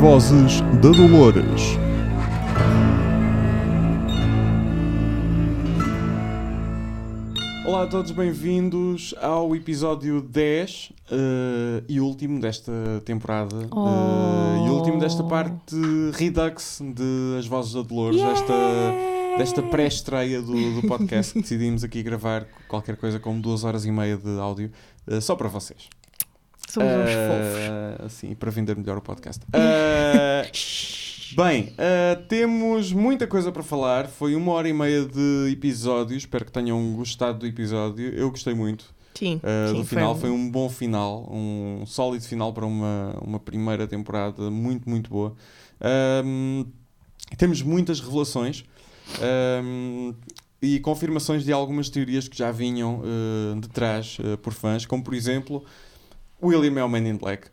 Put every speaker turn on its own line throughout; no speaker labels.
vozes da Dolores. Olá a todos, bem-vindos ao episódio 10 eh, e último desta temporada. eh, e
Oh.
último desta parte Redux de As Vozes da Dolores, desta, desta pré-estreia do, do podcast que decidimos aqui gravar qualquer coisa como duas horas e meia de áudio eh, só para vocês.
Somos uns fofos.
Ah, Sim, para vender melhor o podcast. Ah, bem, ah, temos muita coisa para falar. Foi uma hora e meia de episódio. Espero que tenham gostado do episódio. Eu gostei muito
Sim,
ah,
sim,
do final. Foi um bom final, um sólido final para uma, uma primeira temporada muito, muito boa. Ahm, temos muitas revelações. ahm, e confirmações de algumas teorias que já vinham ah, de trás ah, por fãs, como por exemplo William é o Man in Black.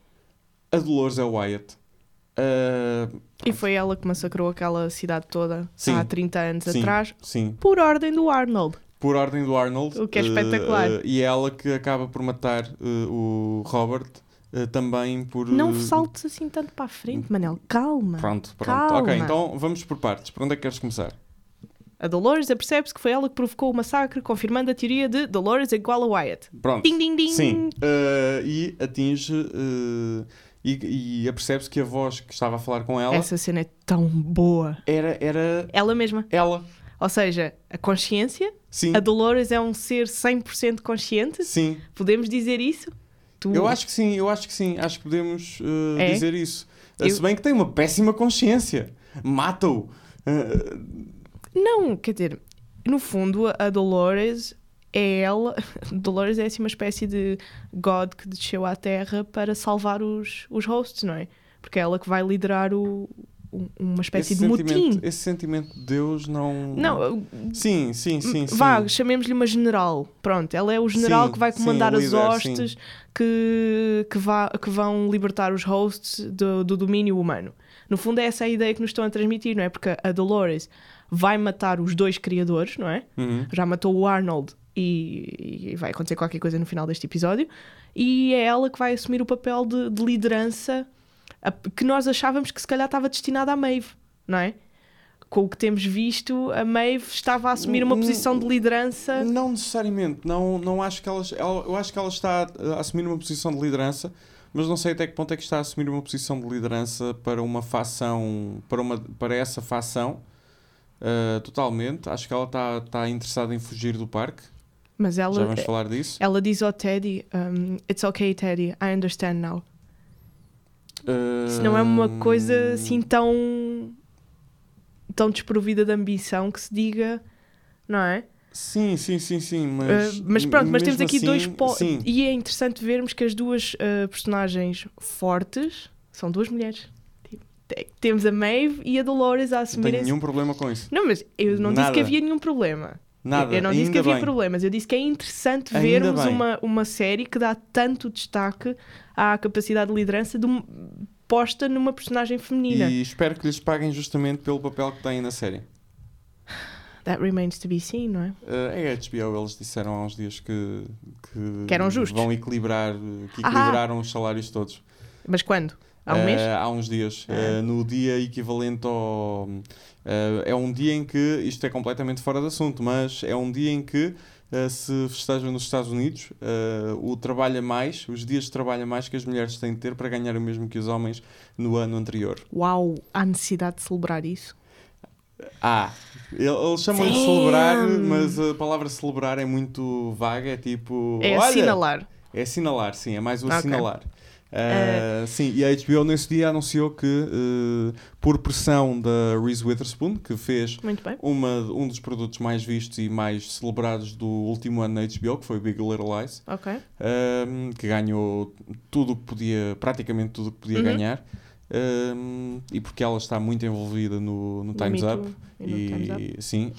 A Dolores é o Wyatt. Ah,
E foi ela que massacrou aquela cidade toda
Sim.
há 30 anos
Sim.
atrás,
sim,
por ordem do Arnold.
por ordem do Arnold.
O que é
Ah,
espetacular.
ah, e é ela que acaba por matar ah, o Robert ah, também por.
Não
ah,
saltes assim tanto para a frente, Manel. Calma.
Pronto, pronto. Ok,
Calma.
então vamos por partes. Por onde é que queres começar?
A Dolores apercebe-se que foi ela que provocou o massacre, confirmando a teoria de Dolores é igual a Wyatt.
Pronto.
Ding, ding, ding.
Sim. Ah, e atinge. ah, e, e apercebe-se que a voz que estava a falar com ela
Essa cena é tão boa.
era, era
Ela mesma.
ela.
Ou seja, a consciência.
Sim.
A Dolores é um ser 100% consciente.
Sim.
Podemos dizer isso? Tu.
Eu acho que sim, eu acho que sim, acho que podemos uh,
É?
dizer isso. Uh,
Eu-
Se bem que tem uma péssima consciência. Mata-o. Uh,
Não, quer dizer, no fundo, a Dolores é ela. Dolores é assim uma espécie de God que desceu à Terra para salvar os, os hosts, não é? Porque é ela que vai liderar o, um- uma espécie de motim.
sentimento, esse sentimento de Deus não.
Não,
Sim, sim, sim. sim.
vá, chamemos-lhe uma general. Pronto, ela é o general
Sim,
que vai
sim,
comandar
o
as
líder,
hostes que, que, vá- que vão libertar os hosts do, do domínio humano. No fundo, é essa a ideia que nos estão a transmitir, não é? Porque a Dolores vai matar os dois criadores, não é?
Uhum.
já matou o Arnold e, e vai acontecer qualquer coisa no final deste episódio. E é ela que vai assumir o papel de, de liderança a- que nós achávamos que se calhar estava destinada à Maeve, não é? Com o que temos visto, a Maeve estava a assumir uma
Hum,
posição de liderança.
Não necessariamente, não, não acho que ela, ela- Eu acho que ela está a, a assumir uma posição de liderança, mas não sei até que ponto é que está a assumir uma posição de liderança para uma facção, para, uma, para essa facção. uh, totalmente, acho que ela está está interessada em fugir do parque.
Mas
Já
ela, é-
vamos falar disso.
ela diz ao Teddy: um, It's okay, Teddy, I understand now. Isso
Hum.
não é uma coisa assim tão. tão desprovida de ambição que se diga, não é?
Sim, sim, sim, sim. Mas,
Uh, mas pronto, mas temos
mesmo
aqui dois
assim,
pontos.
Sim,
E é interessante vermos que as duas uh, personagens fortes são duas mulheres. Tipo, te- Temos a Maeve e a Dolores a
não tenho
assumirem.
nenhum problema com isso.
Não, mas eu não disse que
Nada.
havia nenhum problema.
Nada.
eu não disse que
ainda
havia
bem.
problemas. Eu disse que é interessante
Ainda
vermos
bem.
uma, uma série que dá tanto destaque à capacidade de liderança de um- posta numa personagem feminina.
E espero que lhes paguem justamente pelo papel que têm na série.
That remains to be seen, não é?
Uh, é a HBO, eles disseram há uns dias que, que,
Que eram justos.
vão equilibrar, uh, que
Ah.
equilibraram os salários todos.
Mas quando? Há um
Uh,
mês?
Há uns dias.
Ah.
Uh, no dia equivalente ao. uh, é um dia em que. Isto é completamente fora de assunto, mas é um dia em que uh, se festeja nos Estados Unidos uh, o trabalho a mais, os dias de trabalho a mais que as mulheres têm de ter para ganhar o mesmo que os homens no ano anterior.
Uau, há necessidade de celebrar isso.
Ah, ele- eles chamam-lhe
Damn.
celebrar, mas a palavra celebrar é muito vaga, é tipo.
É
"Olha,
assinalar.
É assinalar, sim, é mais o
Ok.
assinalar. Ah, Sim, e a HBO nesse dia anunciou que, eh, por pressão da Reese Witherspoon, que fez
Muito bem.
uma, um dos produtos mais vistos e mais celebrados do último ano na HBO, que foi Big Little Lies,
Ok.
ahm, que ganhou tudo o que podia, praticamente tudo o que podia
Uhum.
ganhar, ahm, e porque ela está muito envolvida no, no
No
Time's
Me
Up,
Too e no Time's Up.
e sim,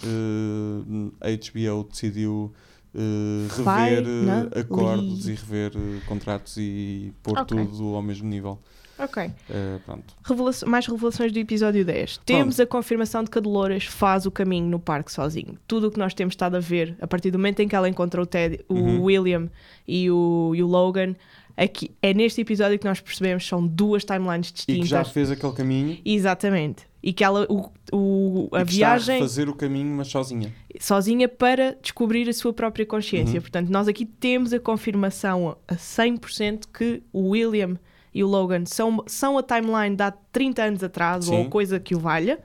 eh, a HBO decidiu eh, rever
Finally.
eh, acordos e rever eh, contratos e pôr
Ok.
tudo ao mesmo nível.
Ok.
Eh, pronto.
Revelaço- mais revelações do episódio 10. Temos a confirmação de que a Dolores faz o caminho no parque sozinho. Tudo o que nós temos estado a ver, a partir do momento em que ela encontra o Ted, o
Uhum.
William e o, e o Logan, Aqui, é neste episódio que nós percebemos que são duas timelines
E
distintas.
que já fez aquele caminho.
Exatamente. E que ela, o, o-
e que está
a
a
viagem
refazer o caminho, mas sozinha.
sozinha para descobrir a sua própria consciência.
Uhum.
Portanto, nós aqui temos a confirmação a 100% que o William e o Logan são, são a timeline de há 30 anos atrás, ou
Sim.
coisa que o valha,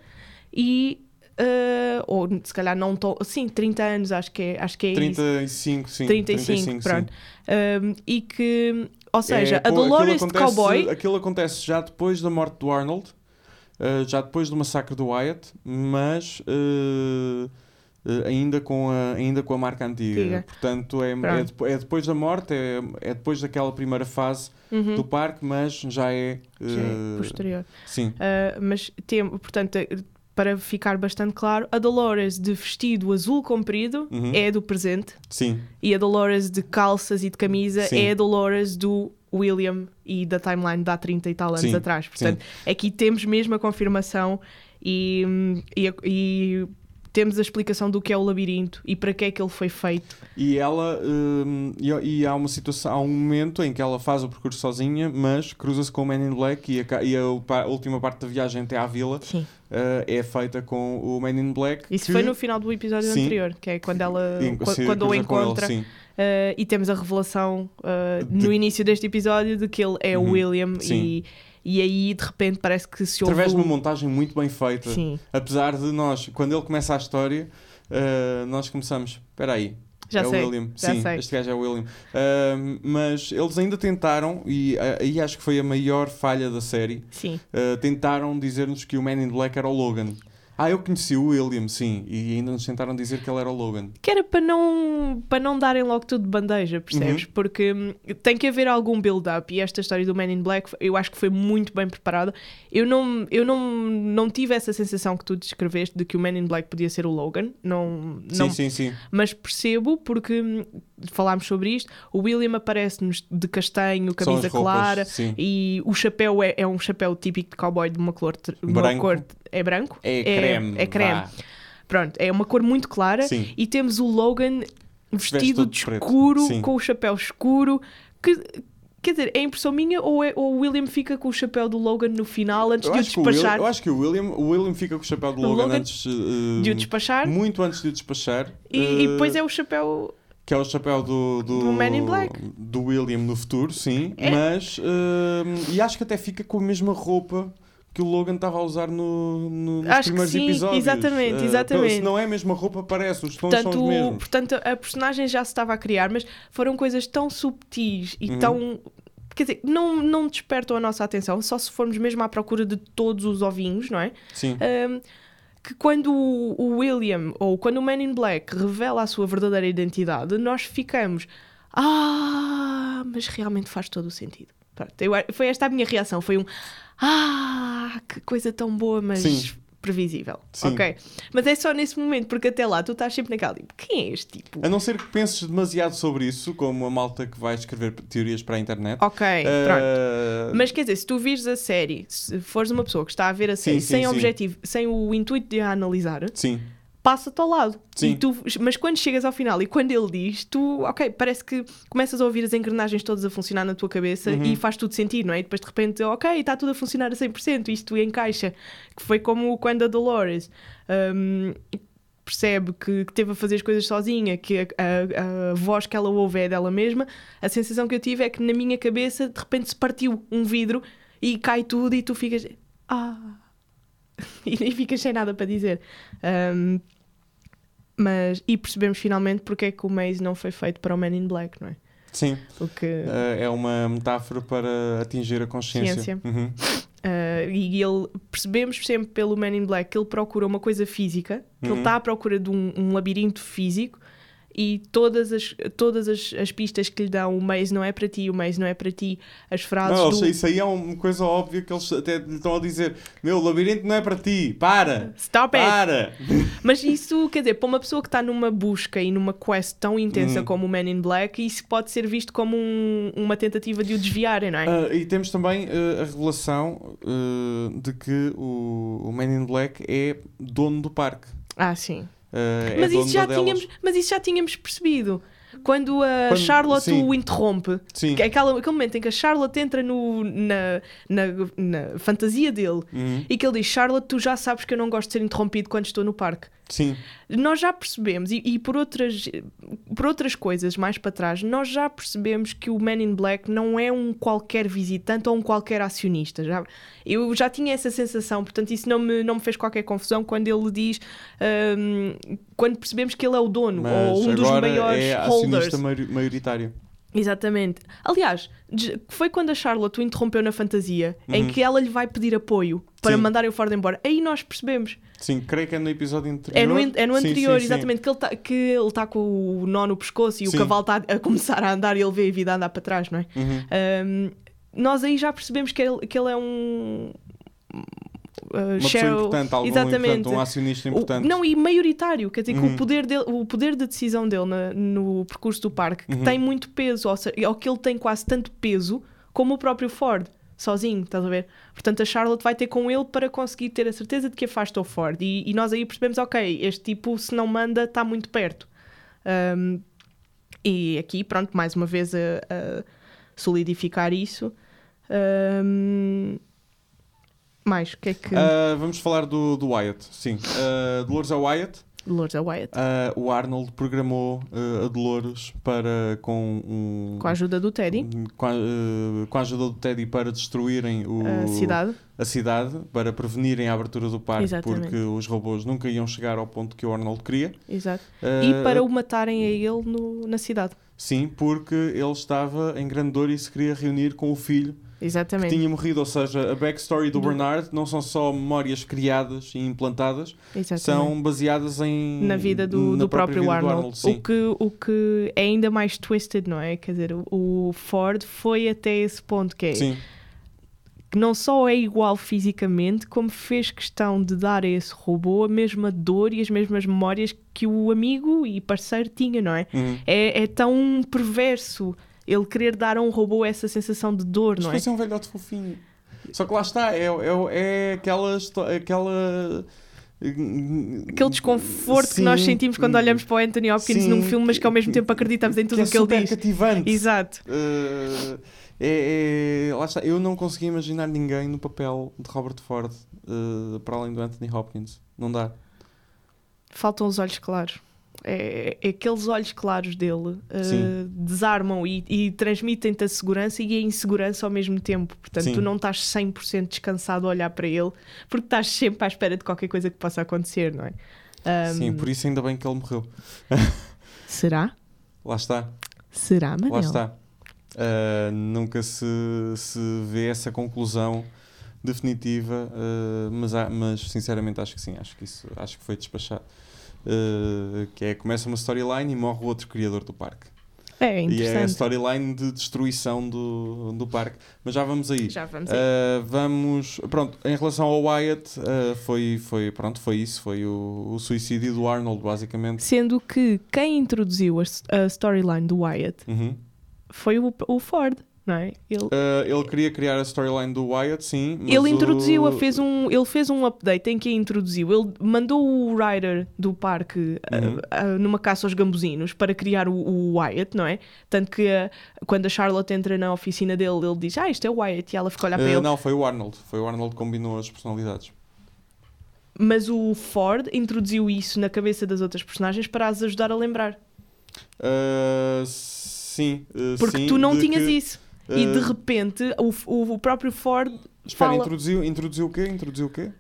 e. eh, ou se calhar não tão. Sim, 30 anos, acho que é, acho que é isso.
35, sim.
35,
35 sim.
pronto. Um, e que, ou seja,
É,
a
pô, aquilo
Dolores de
acontece-
Cowboy,
Aquilo acontece já depois da morte do Arnold, eh, já depois do massacre do Wyatt, mas eh, eh, ainda, com a, ainda com a marca antiga.
Antiga.
Portanto, é, é
Pronto.
depo- é depois da morte, é, é depois daquela primeira fase
uhum.
do parque, mas já é.
Hum. já é
eh,
posterior.
sim,
Uh, mas tem, portanto, eh, para ficar bastante claro, a Dolores de vestido azul comprido
Uhum.
é do presente
sim.
e a Dolores de calças e de camisa
Sim.
é a Dolores do William e da timeline de há 30 e tal anos
Sim,
atrás. Portanto, aqui temos mesmo a confirmação e, hum, e a- e temos a explicação do que é o labirinto e para que é que ele foi feito.
E ela hum, e, e há uma situação, há um momento em que ela faz o percurso sozinha, mas cruza-se com o Man in Black e a, ca- e a pa- última parte da viagem até à vila
Sim.
uh, é feita com o Man in Black.
Isso
que-
foi no final do episódio
Sim.
anterior, que é quando ela
em-
quan-
se
quando o
cruza com ele,
encontra.
sim.
Uh, e temos a revelação uh,
De-
no início deste episódio de que ele é
Uhum,
o William
sim.
e, e aí de repente parece que se ouve
Através de uma
o-
montagem muito bem feita.
Sim,
Apesar de nós, quando ele começa a história, uh, nós começamos. Espera aí,
já
é
sei.
o William.
já
Sim,
sei.
este gajo é o William. Ahm, mas eles ainda tentaram, e ah, aí acho que foi a maior falha da série,
Sim,
Uh, tentaram dizer-nos que o Man in Black era o Logan. Ah, eu conheci o William, sim, e ainda nos tentaram dizer que ele era o Logan.
que era para não, para não darem logo tudo de bandeja,
Uhum.
percebes? Porque hum, tem que haver algum build-up e esta história do Man in Black eu acho que foi muito bem preparada. Eu não, eu não, não tive essa sensação que tu descreveste de que o Man in Black podia ser o Logan, não, não
Sim, sim, sim.
mas percebo porque hum, falámos sobre isto. O William aparece-nos de castanho,
São as
camisa
roupas,
clara
Sim.
e o chapéu é, é um chapéu típico de cowboy de uma cor, de uma
Branco.
cor é branco,
É creme.
é creme.
vá.
Pronto, é uma cor muito clara
Sim.
e temos o Logan vestido
todo
de
de preto,
escuro
sim.
com o chapéu escuro que quer dizer, é impressão minha ou, é- ou o William fica com o chapéu do Logan no final antes
Eu
de o
acho, que o Will-
despachar,
eu acho que o William, o William fica com o chapéu de
O
Logan,
Logan
antes uh,
de o despachar
muito antes de o despachar.
e,
Eh,
e depois é o chapéu
Que é o chapéu do, do,
Do Man in Black.
do William no futuro, sim.
É.
Mas. uh, e acho que até fica com a mesma roupa que o Logan estava a usar no, no, nos
Acho que
primeiros
sim,
episódios.
exatamente,
Uh,
exatamente.
Se não é a mesma roupa, parece. Os tons são os
Portanto,
mesmos.
portanto, a personagem já se estava a criar, mas foram coisas tão subtis e
Uhum.
tão. Quer dizer, não, não despertam a nossa atenção, só se formos mesmo à procura de todos os ovinhos, não é?
Sim.
Ahm, que quando o o William ou quando o Man in Black revela a sua verdadeira identidade, nós ficamos. Ah, mas realmente faz todo o sentido. Pronto, eu a- foi esta a minha reação. Foi um. Ah, que coisa tão boa, mas
Sim.
previsível.
Sim.
Ok. Mas é só nesse momento, porque até lá tu estás sempre naquela. Tipo, quem é este tipo?
A não ser que penses demasiado sobre isso, como a malta que vai escrever teorias para a internet.
Ok, pronto.
Ah,
Mas quer dizer, se tu vires a série, se fores uma pessoa que está a ver a série
sim,
sem
sim.
objetivo, sem o intuito de a analisar,
Sim,
passa-te ao lado.
Sim.
E tu- mas quando chegas ao final e quando ele diz, tu, ok, parece que começas a ouvir as engrenagens todas a funcionar na tua cabeça e faz tudo sentido, não é? E depois de repente, ok, está tudo a funcionar a 100%, isto encaixa. Que foi como quando a Dolores. hum, percebe que, que teve a fazer as coisas sozinha, que a, a- a voz que ela ouve é dela mesma, a sensação que eu tive é que na minha cabeça de repente se partiu um vidro e cai tudo e tu ficas ah e nem ficas sem nada para dizer. Hum, Ahm, mas e percebemos finalmente porque é que o Maze não foi feito para o Man in Black, não é?
sim.
O que
Ah, é uma metáfora para atingir a consciência.
Ciência.
Uhum.
Uh, e ele percebemos sempre pelo Man in Black que ele procura uma coisa física, que ele
Uhum.
está à procura de um, um labirinto físico e todas as, todas as, as pistas que lhe dão, o maze não é para ti, o maze não é para ti, as frases
Não,
do.
isso- Isso aí é uma coisa óbvia que eles até lhe estão a dizer: Meu, o labirinto não é para ti, para!
Stop it!
Para!
Mas isso, quer dizer, para uma pessoa que está numa busca e numa quest tão intensa
Uhum.
como o Man in Black, isso pode ser visto como um- uma tentativa de o desviarem, não é?
Ah, e temos também ah, a revelação ah, de que o, o Man in Black é dono do parque.
Ah, sim.
Ah, é
mas,
dono
isso já
da delas.
tínhamos, mas isso já tínhamos percebido. quando a
Quando-
Charlotte
sim.
o interrompe.
Sim.
Que é aquela- aquele momento em que a Charlotte entra no- na, na, na fantasia dele
Uhum.
e que ele diz: Charlotte, tu já sabes que eu não gosto de ser interrompido quando estou no parque.
Sim.
Nós já percebemos, e, e por, outras, por outras coisas mais para trás, nós já percebemos que o Man in Black não é um qualquer visitante ou um qualquer acionista. Já, eu já tinha essa sensação, portanto, isso não me, não me fez qualquer confusão quando ele diz. hum, quando percebemos que ele é o dono
Mas
ou um dos
agora
maiores
é
holders.
acionista maior- maioritário.
Exatamente. Aliás, des- foi quando a Charlotte o interrompeu na fantasia, em
Uhum.
que ela lhe vai pedir apoio para
Sim.
mandarem o Ford embora. Aí nós percebemos.
Sim, creio que é no episódio anterior.
É no, en- é no
Sim, sim,
anterior,
sim.
exatamente, que ele está que ele tá com o nó no pescoço e
Sim.
o cavalo está a começar a andar e ele vê a vida andar para trás, não é?
Uhum.
Ahm, nós aí já percebemos que ele, que ele é um. uh,
Uma pessoa
share-
importante, algum importante, um acionista
o-
importante.
não, e maioritário, quer dizer, que
Uhum.
o poder, dele, o poder de decisão dele na- no percurso do parque que
Uhum.
tem muito peso, ou, seja, ou que ele tem quase tanto peso como o próprio Ford, sozinho, estás a ver? Portanto, a Charlotte vai ter com ele para conseguir ter a certeza de que afasta o Ford. E, e nós aí percebemos, ok, este tipo, se não manda, está muito perto. Ahm, e aqui, pronto, mais uma vez a, a solidificar isso. Ahm, mais, o que é que.
Ah, vamos falar do, do Wyatt, sim. Ah, Dolores a Wyatt.
Lords Wyatt,
Ah, o Arnold programou ah, a Dolores para com um.
com a ajuda do Teddy.
Com a, ah, com a ajuda do Teddy para destruírem o,
a cidade.
a cidade, para prevenirem a abertura do parque,
Exatamente.
porque os robôs nunca iam chegar ao ponto que o Arnold queria.
Exato.
Ah,
E para o matarem a ele no- na cidade.
Sim, porque ele estava em grande dor e se queria reunir com o filho que
Exatamente.
tinha morrido. Ou seja, a backstory do
Do-
Bernard não são só memórias criadas e implantadas,
Exatamente.
são baseadas em.
na vida do,
na
do
própria
próprio
vida do
Arnold.
sim.
o, que, o que é ainda mais twisted, não é? Quer dizer, o, o Ford foi até esse ponto que é
Sim,
que não só é igual fisicamente, como fez questão de dar a esse robô a mesma dor e as mesmas memórias que o amigo e parceiro tinha, não é?
uhum.
É, é tão perverso ele querer dar a um robô essa sensação de dor,
Mas
não é?
parece um velhote fofinho. Só que lá está, é, é, é aquela. histó- aquela
aquele desconforto que nós
Sim.
sentimos quando olhamos para o Anthony Hopkins
Sim,
num filme, mas que ao mesmo
que-
tempo acreditamos em tudo
que é
o que
super
ele diz.
cativante.
Exato.
Uh, é, é- lá está, eu não consegui imaginar ninguém no papel de Robert Ford uh, para além do Anthony Hopkins. Não dá.
Faltam os olhos claros. É, é- aqueles olhos claros dele uh,
Sim.
desarmam e, e transmitem-te a segurança e a insegurança ao mesmo tempo. Portanto,
Sim.
tu não estás 100% descansado a olhar para ele porque estás sempre à espera de qualquer coisa que possa acontecer, não é? Ahm,
Sim, por isso ainda bem que ele morreu.
Será?
Lá está,
Será, Manel?
lá está. Uh, nunca se, se vê essa conclusão definitiva, uh, mas, há- mas sinceramente acho que sim, acho que isso acho que foi despachado. Uh, que é começa uma storyline e morre o outro criador do parque.
É
e é a
interessante.
storyline de destruição do, do parque. Mas já vamos aí.
Já vamos aí.
Uh, vamos, pronto, em relação ao Wyatt, uh, foi, foi, pronto, foi isso, foi o, o suicídio do Arnold, basicamente.
Sendo que quem introduziu a, s- a storyline do Wyatt
Uhum.
foi o, o Ford, não é? Ele,
Uh, ele queria criar a storyline do Wyatt, sim. mas
ele introduziu,
o...
a fez um, ele fez um update em que a introduziu. Ele mandou o Ryder do parque ah,
Uhum.
ah, numa caça aos gambuzinos para criar o, o Wyatt, não é? Tanto que ah, quando a Charlotte entra na oficina dele, ele diz: Ah, isto é o Wyatt, e ela fica a olhar para
Uh,
ele.
não, foi o Arnold. Foi o Arnold que combinou as personalidades.
Mas o Ford introduziu isso na cabeça das outras personagens para as ajudar a lembrar.
Uh, sim, uh,
Porque
sim,
tu não
de
tinhas
que,
isso. E de
uh,
repente o, o- o próprio Ford
Espera,
fala-
introduziu, introduziu o quê? Introduziu o quê?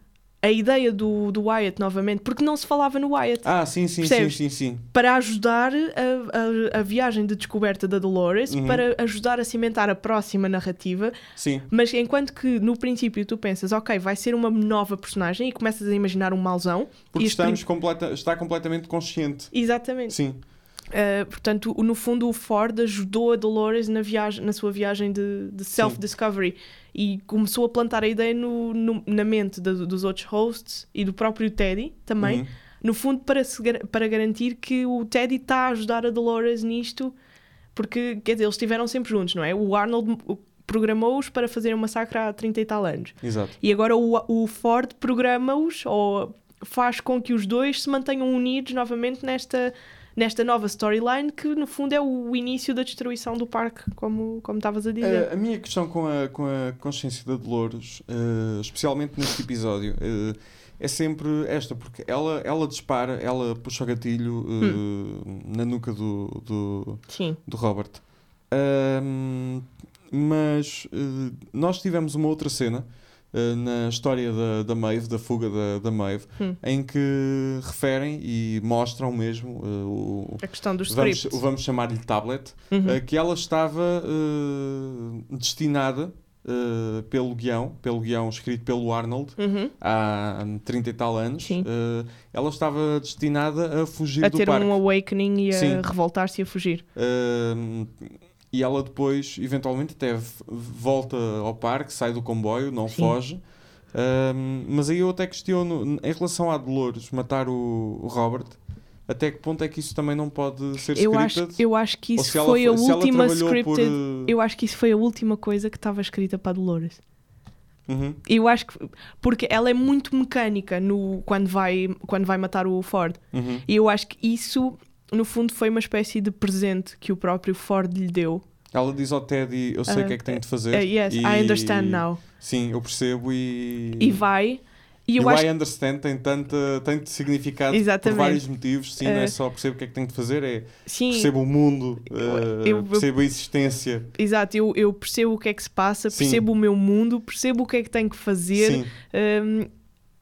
a ideia do, do Wyatt novamente, porque não se falava no Wyatt.
Ah, sim, sim, sim,
Percebes?
sim, sim.
para ajudar a, a- a viagem de descoberta da Dolores,
Uhum.
para ajudar a cimentar a próxima narrativa.
Sim,
Mas enquanto que no princípio tu pensas, ok, vai ser uma nova personagem e começas a imaginar um mauzão.
porque
e este
estamos completa, está completamente consciente.
prin- Exatamente.
Sim,
Uh, portanto, o- no fundo, o Ford ajudou a Dolores na, viagem, na sua viagem de, de self-discovery e começou a plantar a ideia no- no- na mente da- dos outros hosts e do próprio Teddy também.
Uhum.
No fundo, para, se gar- para garantir que o Teddy está a ajudar a Dolores nisto, porque quer dizer, eles estiveram sempre juntos, não é? O Arnold m- programou-os para fazer um massacre há 30 e tal anos.
exato.
E agora o, o Ford programa-os ou faz com que os dois se mantenham unidos novamente nesta, nesta nova storyline que, no fundo, é o início da destruição do parque, como como estavas a dizer.
Eh, A, a minha questão com a, com a consciência da Dolores, eh, especialmente neste episódio, eh, é sempre esta, porque ela, ela dispara, ela puxa o gatilho eh, na nuca do, do,
Sim.
do Robert. Ahm, mas eh, nós tivemos uma outra cena eh, na história da, da Maeve, da fuga da, da Maeve,
Hum.
em que referem e mostram mesmo eh, o,
A questão dos
vamos,
scripts.
o vamos chamar-lhe tablet,
Uhum.
eh, que ela estava eh, destinada eh, pelo guião, pelo guião escrito pelo Arnold
Uhum.
há 30 e tal anos,
Sim.
eh, ela estava destinada a fugir
A
do
ter
parque.
um awakening e
Sim.
a revoltar-se e a fugir.
Ahm, Eh, e ela depois, eventualmente, até v- volta ao parque, sai do comboio, não
Sim.
foge. Ahm, mas aí eu até questiono, n- em relação à Dolores matar o, o Robert, até que ponto é que isso também não pode ser
Eu acho,
scripted?
eu acho que
Ou
isso
se ela
foi a
fo- se ela
última
trabalhou por,
scripted.
eh,
Eu acho que isso foi a última coisa que estava escrita para a Dolores.
uhum,
Eu acho que. Porque ela é muito mecânica no, quando, vai, quando vai matar o Ford.
uhum.
E eu acho que isso, no fundo, foi uma espécie de presente que o próprio Ford lhe deu.
Ela diz ao Teddy, eu sei o que é que tenho de fazer.
Uh, yes,
e-
I understand now.
Sim, eu percebo e...
E vai. E
E
eu
o
acho
I understand tem tanto, tanto significado
Exatamente.
por vários motivos. Sim, não é
Eh,
só percebo o que é que tenho de fazer, é
que. Sim,
percebo o mundo,
Eu-
eh,
eu-
percebo a existência.
exato. Eu, eu percebo o que é que se passa,
Sim.
percebo o meu mundo, percebo o que é que tenho que fazer.
Sim.
Um,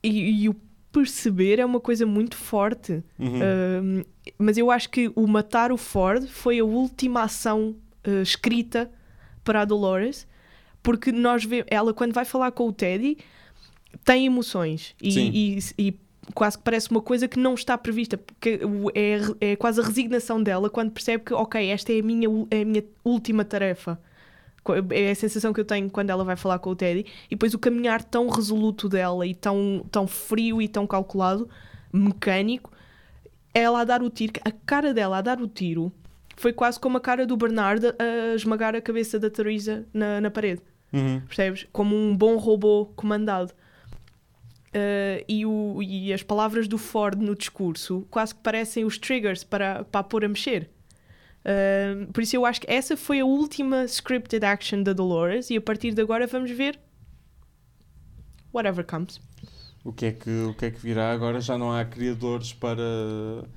e, e o perceber é uma coisa muito forte.
Uhum.
Um, mas eu acho que o matar o Ford foi a última ação uh, escrita para a Dolores, porque nós vemos ela quando vai falar com o Teddy tem emoções
Sim.
e, e- e quase que parece uma coisa que não está prevista, porque o- é, a re- é quase a resignação dela quando percebe que, ok, esta é a minha, u- é a minha última tarefa. Co- É a sensação que eu tenho quando ela vai falar com o Teddy, e depois o caminhar tão resoluto dela e tão, tão frio e tão calculado, mecânico, ela a dar o tiro, a cara dela a dar o tiro foi quase como a cara do Bernard a esmagar a cabeça da Teresa na, na parede,
Uhum.
percebes? Como um bom robô comandado. Eh, e, o- e as palavras do Ford no discurso quase que parecem os triggers para, para a pôr a mexer. Eh, por isso eu acho que essa foi a última scripted action da Dolores e a partir de agora vamos ver whatever comes.
O, que é que, o que é que virá agora? Já não há criadores para.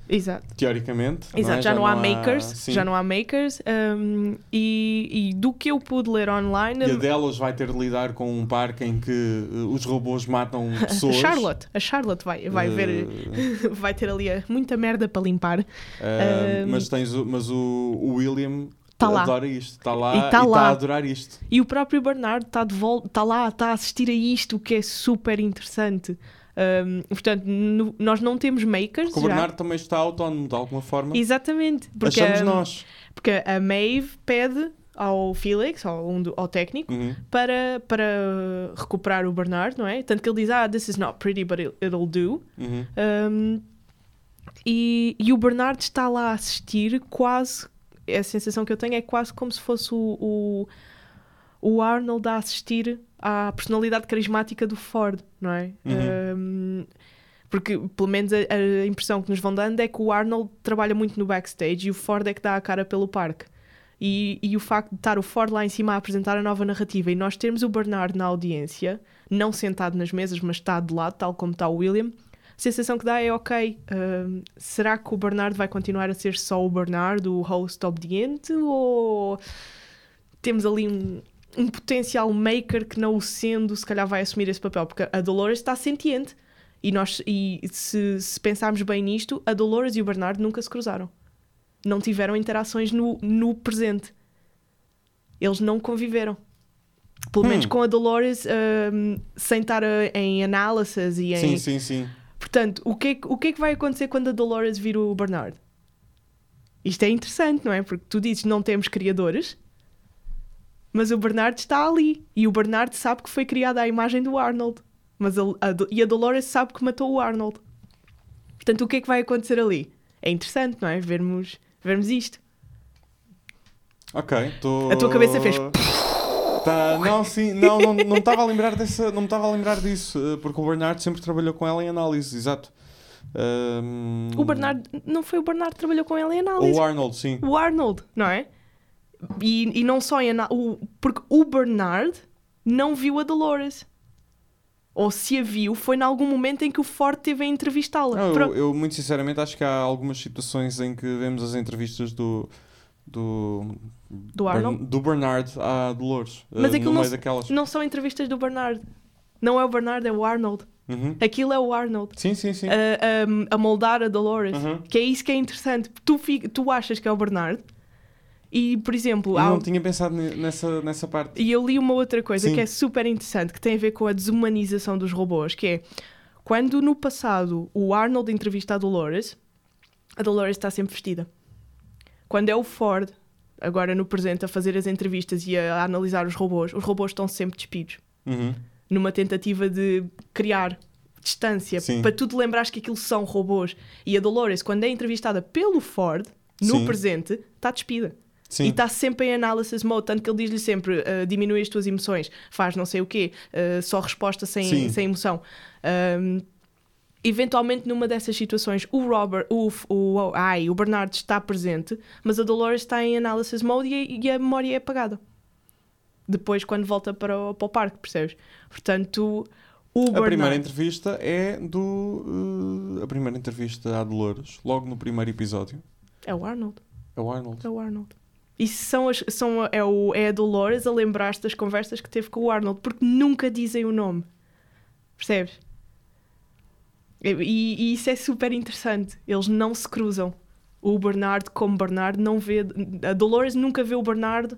Exato.
Teoricamente.
Exato,
é?
já, não há makers,
sim.
já não há makers, hum, e, e do que eu pude ler online,
E a Delos vai ter de lidar com um parque em que eh, os robôs matam
a
pessoas.
Charlotte, a Charlotte vai, vai ver,
Eh,
vai ter ali a- muita merda para limpar.
eh,
Eh,
mas tens o, mas o, o William
Tá lá.
adora isto. Está lá
E
e
tá
está
lá.
a adorar isto.
E o próprio Bernardo está de volta, está lá, está a assistir a isto, o que é super interessante. Hum, portanto, no- nós não temos makers.
Porque o
já.
Bernardo também está autónomo de alguma forma.
Exatamente, porque,
Achamos
hum,
nós.
porque a Maeve pede ao Felix, ao, um do- ao técnico,
Uhum.
para, para recuperar o Bernardo, não é? Tanto que ele diz: Ah, this is not pretty, but it- it'll do.
Uhum.
Um, e, e o Bernardo está lá a assistir, quase. A sensação que eu tenho é quase como se fosse o, o, o Arnold a assistir à personalidade carismática do Ford, não é? Um, porque, pelo menos, a, a impressão que nos vão dando é que o Arnold trabalha muito no backstage e o Ford é que dá a cara pelo parque. E, e o facto de estar o Ford lá em cima a apresentar a nova narrativa e nós termos o Bernard na audiência, não sentado nas mesas, mas está de lado, tal como está o William, a sensação que dá é: ok, hum, será que o Bernard vai continuar a ser só o Bernard, o host obediente? Ou temos ali um, um potencial maker que, não o sendo, se calhar vai assumir esse papel? Porque a Dolores está sentiente. E, nós, e se, se pensarmos bem nisto, a Dolores e o Bernardo nunca se cruzaram. Não tiveram interações no, no presente. Eles não conviveram. Pelo
Hum.
menos com a Dolores, hum, sem estar eh, em análises e em.
Sim, sim, sim.
Portanto, o que, é, que- o que é que vai acontecer quando a Dolores vir o Bernard? Isto é interessante, não é? Porque tu dizes não temos criadores, mas o Bernard está ali. E o Bernard sabe que foi criada a imagem do Arnold. Mas a, a Do- e a Dolores sabe que matou o Arnold. Portanto, o que é que vai acontecer ali? É interessante, não é? Vermos, vermos isto.
Ok, tô...
A tua cabeça fez
Tá, não, sim, não, não, não me estava a lembrar dessa, não me estava a lembrar disso, eh, porque o Bernardo sempre trabalhou com ela em análise, exato. Ahm, Hum.
O Bernardo, não foi o Bernardo que trabalhou com ela é em análise?
Ou o Arnold, sim.
O Arnold, não é? E, e não só em ana- o Porque o Bernard não viu a Dolores. Ou se a viu, foi em algum momento em que o Ford teve a entrevistá-la.
Não,
Pro-
eu, eu, muito sinceramente, acho que há algumas situações em que vemos as entrevistas do. Do,
Do Arnold?
do Bernard à Dolores.
Mas
eh,
aquilo
no
não
meio
se-
daquelas.
Não são entrevistas do Bernard. Não é o Bernard, é o Arnold.
Uhum.
Aquilo é o Arnold.
Sim, sim, sim.
A, a- a moldar a Dolores.
Uhum.
Que é isso que é interessante. Tu, fi- tu achas que é o Bernard. E, por exemplo,
Eu
há,
não tinha pensado ne- nessa, nessa parte.
E eu li uma outra coisa
Sim.
que é super interessante, que tem a ver com a desumanização dos robôs, que é quando no passado o Arnold entrevista a Dolores, a Dolores está sempre vestida. Quando é o Ford, agora no presente, a fazer as entrevistas e a, analisar os robôs, os robôs estão sempre despidos,
Uhum.
numa tentativa de criar distância,
Sim.
para tu te lembrares que aquilo são robôs. E a Dolores, quando é entrevistada pelo Ford, no
Sim.
presente, está despida. E tá
Sim.
está sempre em analysis mode, tanto que ele diz-lhe sempre: ah, diminui as tuas emoções, faz não sei o quê, ah, só resposta sem,
Sim.
sem emoção. Ahm, eventualmente, numa dessas situações, o Robert, o, F- o, o- ai, o Bernardo está presente, mas a Dolores está em analysis mode e, a- e a memória é apagada. Depois, quando volta para o, para o parque, percebes? Portanto, o
A primeira
Bernardo.
entrevista é do. eh, a primeira entrevista à Dolores, logo no primeiro episódio.
É o Arnold.
É o Arnold.
É o Arnold. E são as, são, é, o, é a Dolores a lembrar-se das conversas que teve com o Arnold, porque nunca dizem o nome. Percebes? E, e isso é super interessante. Eles não se cruzam. O Bernardo, como Bernardo, não vê. A Dolores nunca vê o Bernardo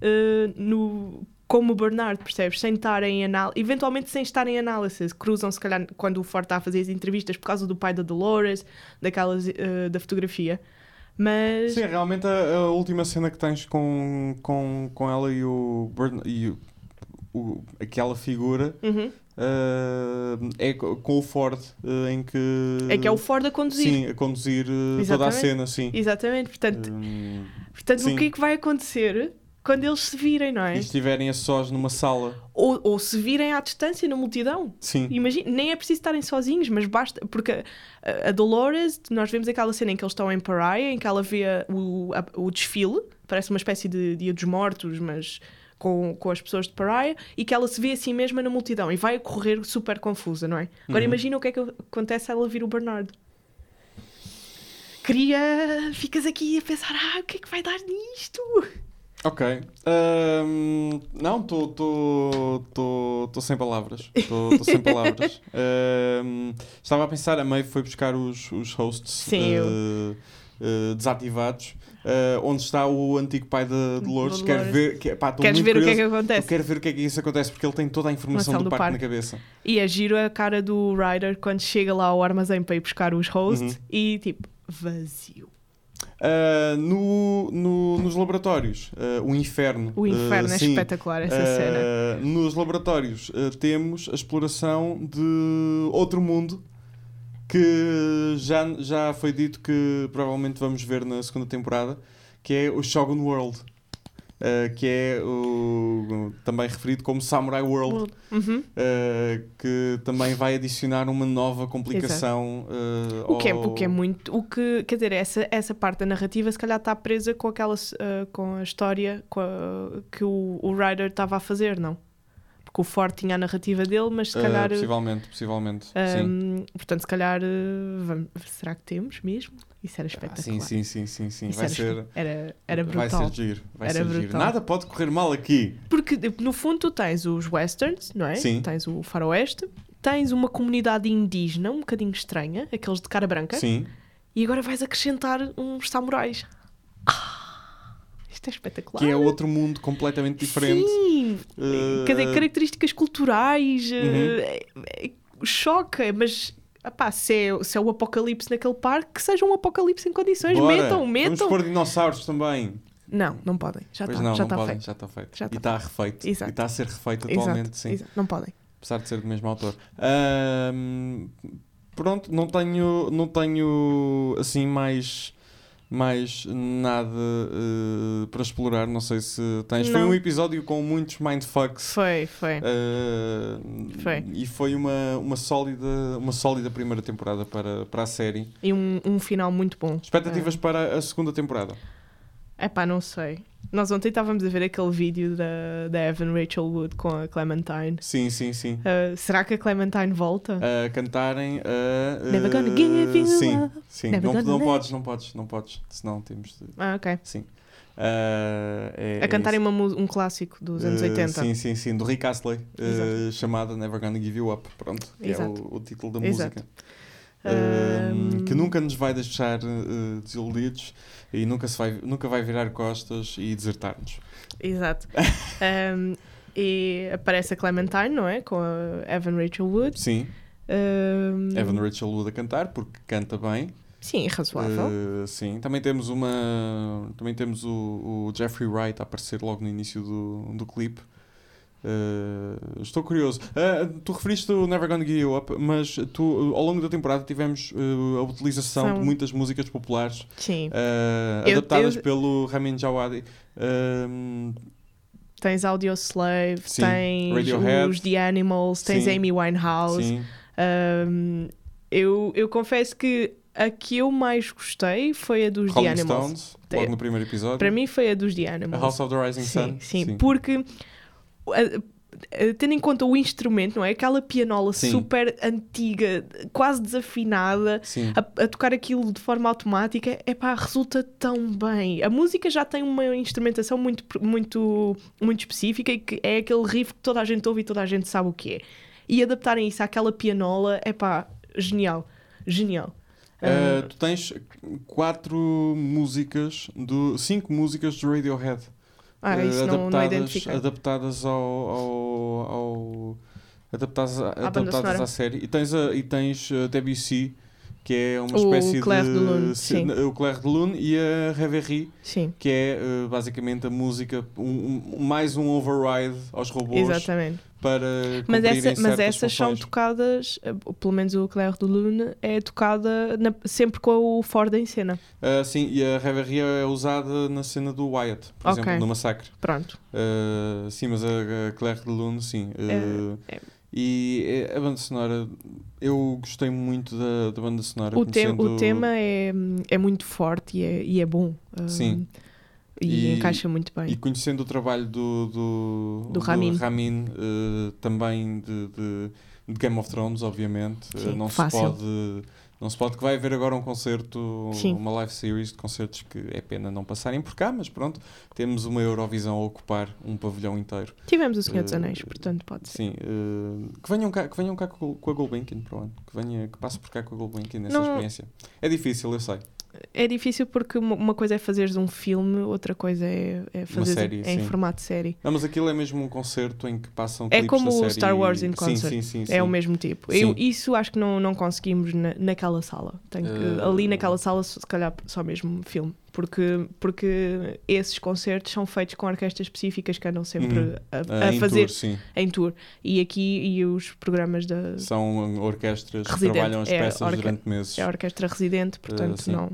eh, no, como o Bernardo, percebes? Sem estar em anal Eventualmente sem estar em análise. Cruzam, se calhar, quando o Ford está a fazer as entrevistas por causa do pai da Dolores, daquelas, eh, da fotografia. Mas.
Sim, é realmente a, a última cena que tens com, com, com ela e o, Bern- e o- o- aquela figura
Uhum.
ah, é co- com o Ford ah, em que
É que é o Ford a conduzir.
Hum. sim a conduzir ah, toda a
Exatamente.
cena sim
Exatamente. Portanto,
Hum,
portanto
sim.
o que é que vai acontecer quando eles se virem, não é?
e estiverem a sós numa sala
Ou, ou se virem à distância, na multidão.
sim
Imagina, nem é preciso estarem sozinhos, mas basta. Porque a, a Dolores, nós vemos aquela cena em que eles estão em Pariah, em que ela vê a- o, a- o desfile, parece uma espécie de Dia dos Mortos, mas com, com as pessoas de Pariah, e que ela se vê assim mesma na multidão e vai a correr super confusa, não é? Agora
Uhum.
imagina o que é que acontece se ela vir o Bernardo. Queria. Ficas aqui a pensar, ah, o que é que vai dar nisto?
ok Ahm, não estou sem palavras estou sem palavras Ahm, estava a pensar a meio foi buscar os, os hosts
Sim,
ah, ah, desativados ah, onde está o antigo pai da Dolores
Do
quero
Dolores.
ver que, pá, tô
Queres
muito
ver
curioso.
o que é que
Eu
acontece?
quero ver o que é que isso acontece, porque ele tem toda a informação
Noção
do,
do
parque,
parque.
na cabeça.
E é giro a cara do Ryder quando chega lá ao armazém para ir buscar os hosts
Uhum.
e tipo, vazio.
Ah, no, no- nos laboratórios, ah, o inferno.
O inferno
ah,
é
sim.
espetacular essa
Ah,
cena.
Nos laboratórios ah, temos a exploração de outro mundo que já, já foi dito que provavelmente vamos ver na segunda temporada, que é o Shogun World. ah, que é o, também referido como Samurai World,
Uhum.
ah, que também vai adicionar uma nova complicação. ah,
O, que é,
ao-
o que é muito. O que, quer dizer, essa, essa parte da narrativa se calhar está presa com aquela eh, com a história com a- que o, o Ryder estava a fazer, não? Porque o Ford tinha a narrativa dele, mas se
Ah,
calhar.
possivelmente, possivelmente. sim.
ehm, portanto, se calhar. eh, vamos- será que temos mesmo? Isso era
Ah,
espetacular.
sim, sim, sim, sim, sim.
Isso
Vai
era,
ser,
espe- era, era
vai
brutal.
ser giro. Vai
Era
ser giro.
brutal.
Nada pode correr mal aqui.
Porque no fundo tu tens os westerns, não é?
Sim.
Tens o faroeste, tens uma comunidade indígena um bocadinho estranha, aqueles de cara branca,
Sim.
e agora vais acrescentar uns samurais. Ah, isto é espetacular.
Que é outro mundo completamente diferente.
Sim!
Eh, Uhum.
Quer dizer, características culturais, eh, eh, choca, mas epá, se, é, se é o apocalipse naquele parque, que seja um apocalipse em condições.
bora,
Metam, metam.
Vamos pôr dinossauros também.
Não, não podem. Já
pois
está
não,
já
não
tá
podem,
feito.
já está feito.
Já
e
tá
está refeito.
Exato.
E está a ser refeito
Exato,
atualmente, sim.
exato. Não podem.
Apesar de ser do mesmo autor. Ahm, pronto, não tenho, não tenho assim mais mais nada eh, para explorar. Não sei se tens. Foi
Não.
um episódio com muitos mindfucks.
Foi, foi.
eh,
É. Foi.
E foi uma, uma, sólida, uma sólida primeira temporada para, para a série.
E um, um final muito bom.
Expectativas para a segunda temporada.
É pá, não sei. Nós ontem estávamos a ver aquele vídeo da, da Evan Rachel Wood com a Clementine.
Sim, sim, sim.
Ah, será que a Clementine volta?
A cantarem a. eh,
É. Never gonna give you
Sim,
up.
sim.
Never
Não,
gonna
não
let-
podes, não podes, não podes. Senão temos de.
Ah, ok.
Sim. Ah, é-
A
é
cantarem
isso.
uma mu- um clássico dos anos
Eh,
80.
sim, sim, sim, do Rick Astley, eh, chamada Never Gonna Give You Up, pronto, que é
Exato.
o, o título da
Exato.
música. Ahm,
Ahm.
que nunca nos vai deixar eh, desiludidos e nunca, se vai, nunca vai virar costas e desertar-nos.
Exato. Um, e aparece a Clementine, não é? Com a Evan Rachel Wood.
Sim,
Um,
Evan Rachel Wood a cantar, porque canta bem.
Sim, razoável.
Eh, sim, também temos uma. Também temos o, o Jeffrey Wright a aparecer logo no início do, do clipe. Eh, estou curioso. Ah, tu referiste o Never Gonna Give You Up, mas tu, ao longo da temporada tivemos eh, a utilização
São-
de muitas músicas populares
Sim.
eh,
Eu-
adaptadas
eu-
pelo Ramin Djawadi. Ehm, Ahm,
Tens Audio Slave,
Sim.
tens
Radiohead.
os The Animals, tens
Sim.
Amy Winehouse.
sim,
Um, eu, eu confesso que a que eu mais gostei foi a dos The
Rolling
Animals. É.
Stones, logo no primeiro episódio.
Para mim foi a dos The
a é
Animals.
House of the Rising
sim,
Sun.
sim, porque a- a- tendo em conta o instrumento, não é? Aquela pianola
Sim.
super antiga, quase desafinada,
sim.
a, a tocar aquilo de forma automática, é pá, resulta tão bem. A música já tem uma instrumentação muito, muito, muito específica e que é aquele riff que toda a gente ouve e toda a gente sabe o que é. E adaptarem isso àquela pianola, é pá, genial, genial.
Uh,
Ah,
tu tens quatro músicas, do, cinco músicas do Radiohead
ah,
eh,
isso não, não
adaptadas,
identifica.
adaptadas ao, ao- ao- adaptadas, a-
banda
adaptadas
sonora.
à série. E tens, a, e tens a Debussy, que é uma
O
espécie
Clair
de.
de Lune,
se-
sim.
o Claire de Lune e a Reverie,
Sim,
que é eh, basicamente a música, um- um- mais um override aos robôs
exatamente.
para.
Mas,
cumprirem
essa- mas
certas
essas são
funções.
tocadas, eh, pelo menos o Claire de Lune é tocada na- sempre com o Ford em cena.
Ah, sim, e a Reverie é usada na cena do Wyatt, por
Ok.
exemplo, no Massacre.
Pronto.
Uh, sim, mas a, a Claire de Lune, sim. Uh,
É, é.
E eh, a banda sonora, eu gostei muito da, da banda sonora.
O, te-
conhecendo-
o tema é, é muito forte e é, e é bom. ah,
Sim.
E,
E-
encaixa muito bem.
E conhecendo o trabalho do, do,
Do Ramin.
Ramin, eh, também de, de- de Game of Thrones, obviamente. Eh,
Sim,
não se
fácil.
pode. Não se pode que vai haver agora um concerto,
Sim.
uma live series de concertos que é pena não passarem por cá, mas pronto, temos uma Eurovisão a ocupar um pavilhão inteiro.
Tivemos o Senhor dos
eh,
Anéis, portanto pode ser.
Sim, eh, que, venham cá, que venham cá com, com a Golbenkian para o ano. Que, venha, que passe por cá com a Golbenkian nessa
Não-
experiência. É difícil, eu sei.
É difícil porque uma- uma coisa é fazeres um filme, outra coisa é, é fazer
série,
em
sim.
formato de série.
Não, mas aquilo é mesmo um concerto em que passam
É
clipes
como
da
o
série
Star Wars in
Sim,
concert.
Sim, sim, sim.
É o mesmo tipo.
Sim.
Eu, isso acho que não, não conseguimos na- naquela sala. Tenho que-
Eh,
ali naquela sala, se calhar, só mesmo filme. Porque, porque esses concertos são feitos com orquestras específicas que andam sempre
Uhum.
a,
Ah,
a
em
fazer
tour, sim.
em tour. E aqui e os programas da
São orquestras
Residente,
que trabalham as
é,
peças
orque-
durante meses.
é a orquestra residente, portanto,
Ah, sim. Hum.
não.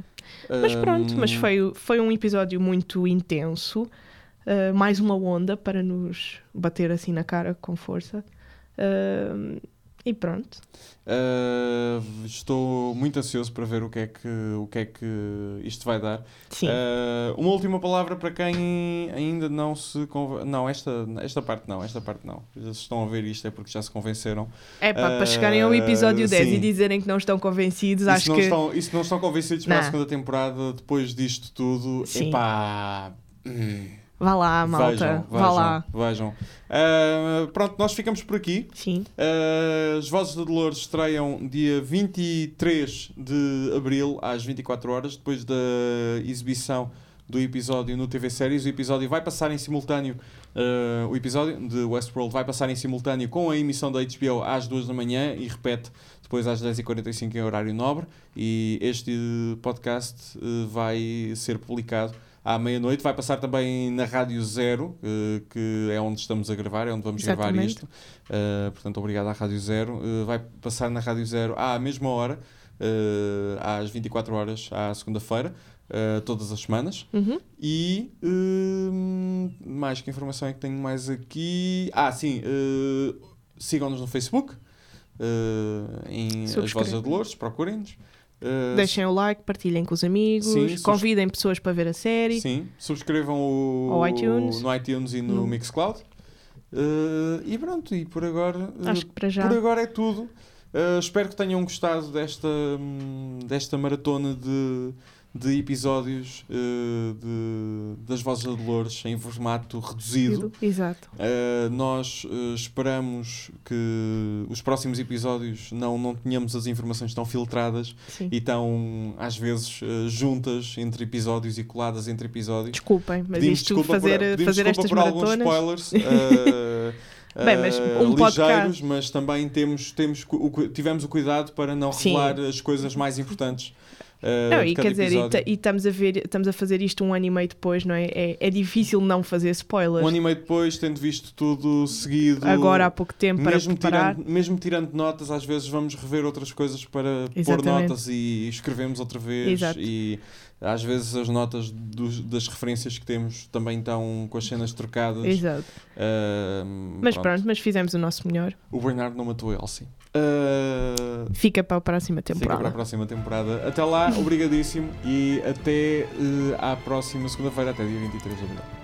Mas pronto, mas
Ahm,
foi, foi um episódio muito intenso. Uh, mais uma onda para nos bater assim na cara com força. Uh, e pronto.
ah, estou muito ansioso para ver o que é que, o que, é que isto vai dar.
Sim.
Ah, uma última palavra para quem ainda não se conven... Não, esta, esta parte não, esta parte não. Se estão a ver isto é porque já se convenceram.
É pá,
Eh,
para chegarem ao episódio 10
Ah, sim.
e dizerem que não estão convencidos,
e se
acho
não,
que.
estão, e se não estão convencidos para a
Não.
segunda temporada, depois disto tudo,
Sim.
epá. hum,
Vá lá, malta.
vejam,
Vá lá.
vejam. Ah, pronto, nós ficamos por aqui.
Sim.
Ah, as Vozes de Dolores estreiam dia 23 de abril às 24 horas, depois da exibição do episódio no TV Séries. O episódio vai passar em simultâneo, ah, o episódio de Westworld vai passar em simultâneo com a emissão da HBO às 2 da manhã e repete depois às 10h45 em horário nobre. E este podcast eh, vai ser publicado à meia-noite. Vai passar também na Rádio Zero, eh, que é onde estamos a gravar, é onde vamos gravar
Exatamente.
isto. Uh, portanto, obrigado à Rádio Zero. Uh, vai eh, passar na Rádio Zero à mesma hora, uh, às 24 horas, à segunda-feira. eh, todas as semanas.
Uhum.
E hum, mais que informação é que tenho mais aqui? Ah, sim, eh, sigam-nos no Facebook, eh, em As
Subscrevam.
Vozes da Dolores, procurem-nos. Eh,
Deixem o like, partilhem com os amigos,
Sim, subs-
convidem pessoas para ver a série.
Sim, subscrevam o,
um Ao iTunes. Hum.
no iTunes e no
No-
Mixcloud. Eh, e pronto, e por agora, eh,
Acho que para já.
por agora é tudo. Eh, espero que tenham gostado desta, hum, desta maratona de, de episódios eh, de- das Vozes da Dolores em formato reduzido.
Exato.
Eh, nós eh, esperamos que os próximos episódios não, não tenhamos as informações tão filtradas
Sim.
e tão, às vezes, eh, juntas entre episódios e coladas entre episódios.
Desculpem, mas
Pedimos
isto
desculpa
fazer,
por- pedimos
fazer
desculpa
estas
por alguns
maratonas.
spoilers. eh, eh,
Bem, mas um
ligeiros,
podcast-
mas também temos, temos cu- o cu- tivemos o cuidado para não
Sim.
revelar as coisas mais importantes. eh,
Não,
de
e
cada
quer dizer, e,
episódio.
ta- e estamos, a ver, estamos a fazer isto um ano e meio depois, não é? É, é difícil não fazer spoilers.
Um ano e meio depois, tendo visto tudo seguido.
Agora há pouco tempo para
mesmo
preparar.
tirando, mesmo tirando notas, às vezes vamos rever outras coisas para pôr
Exatamente.
notas e escrevemos outra vez.
Exato.
E às vezes as notas dos- das referências que temos também estão com as cenas trocadas.
Exato.
Ahm,
Mas pronto. mas fizemos o nosso melhor.
O Bernardo não matou a Elsie. Ah,
Fica para a próxima
Fica para
temporada.
a próxima temporada. Até lá, obrigadíssimo e até eh, à próxima segunda-feira, até dia 23 de abril.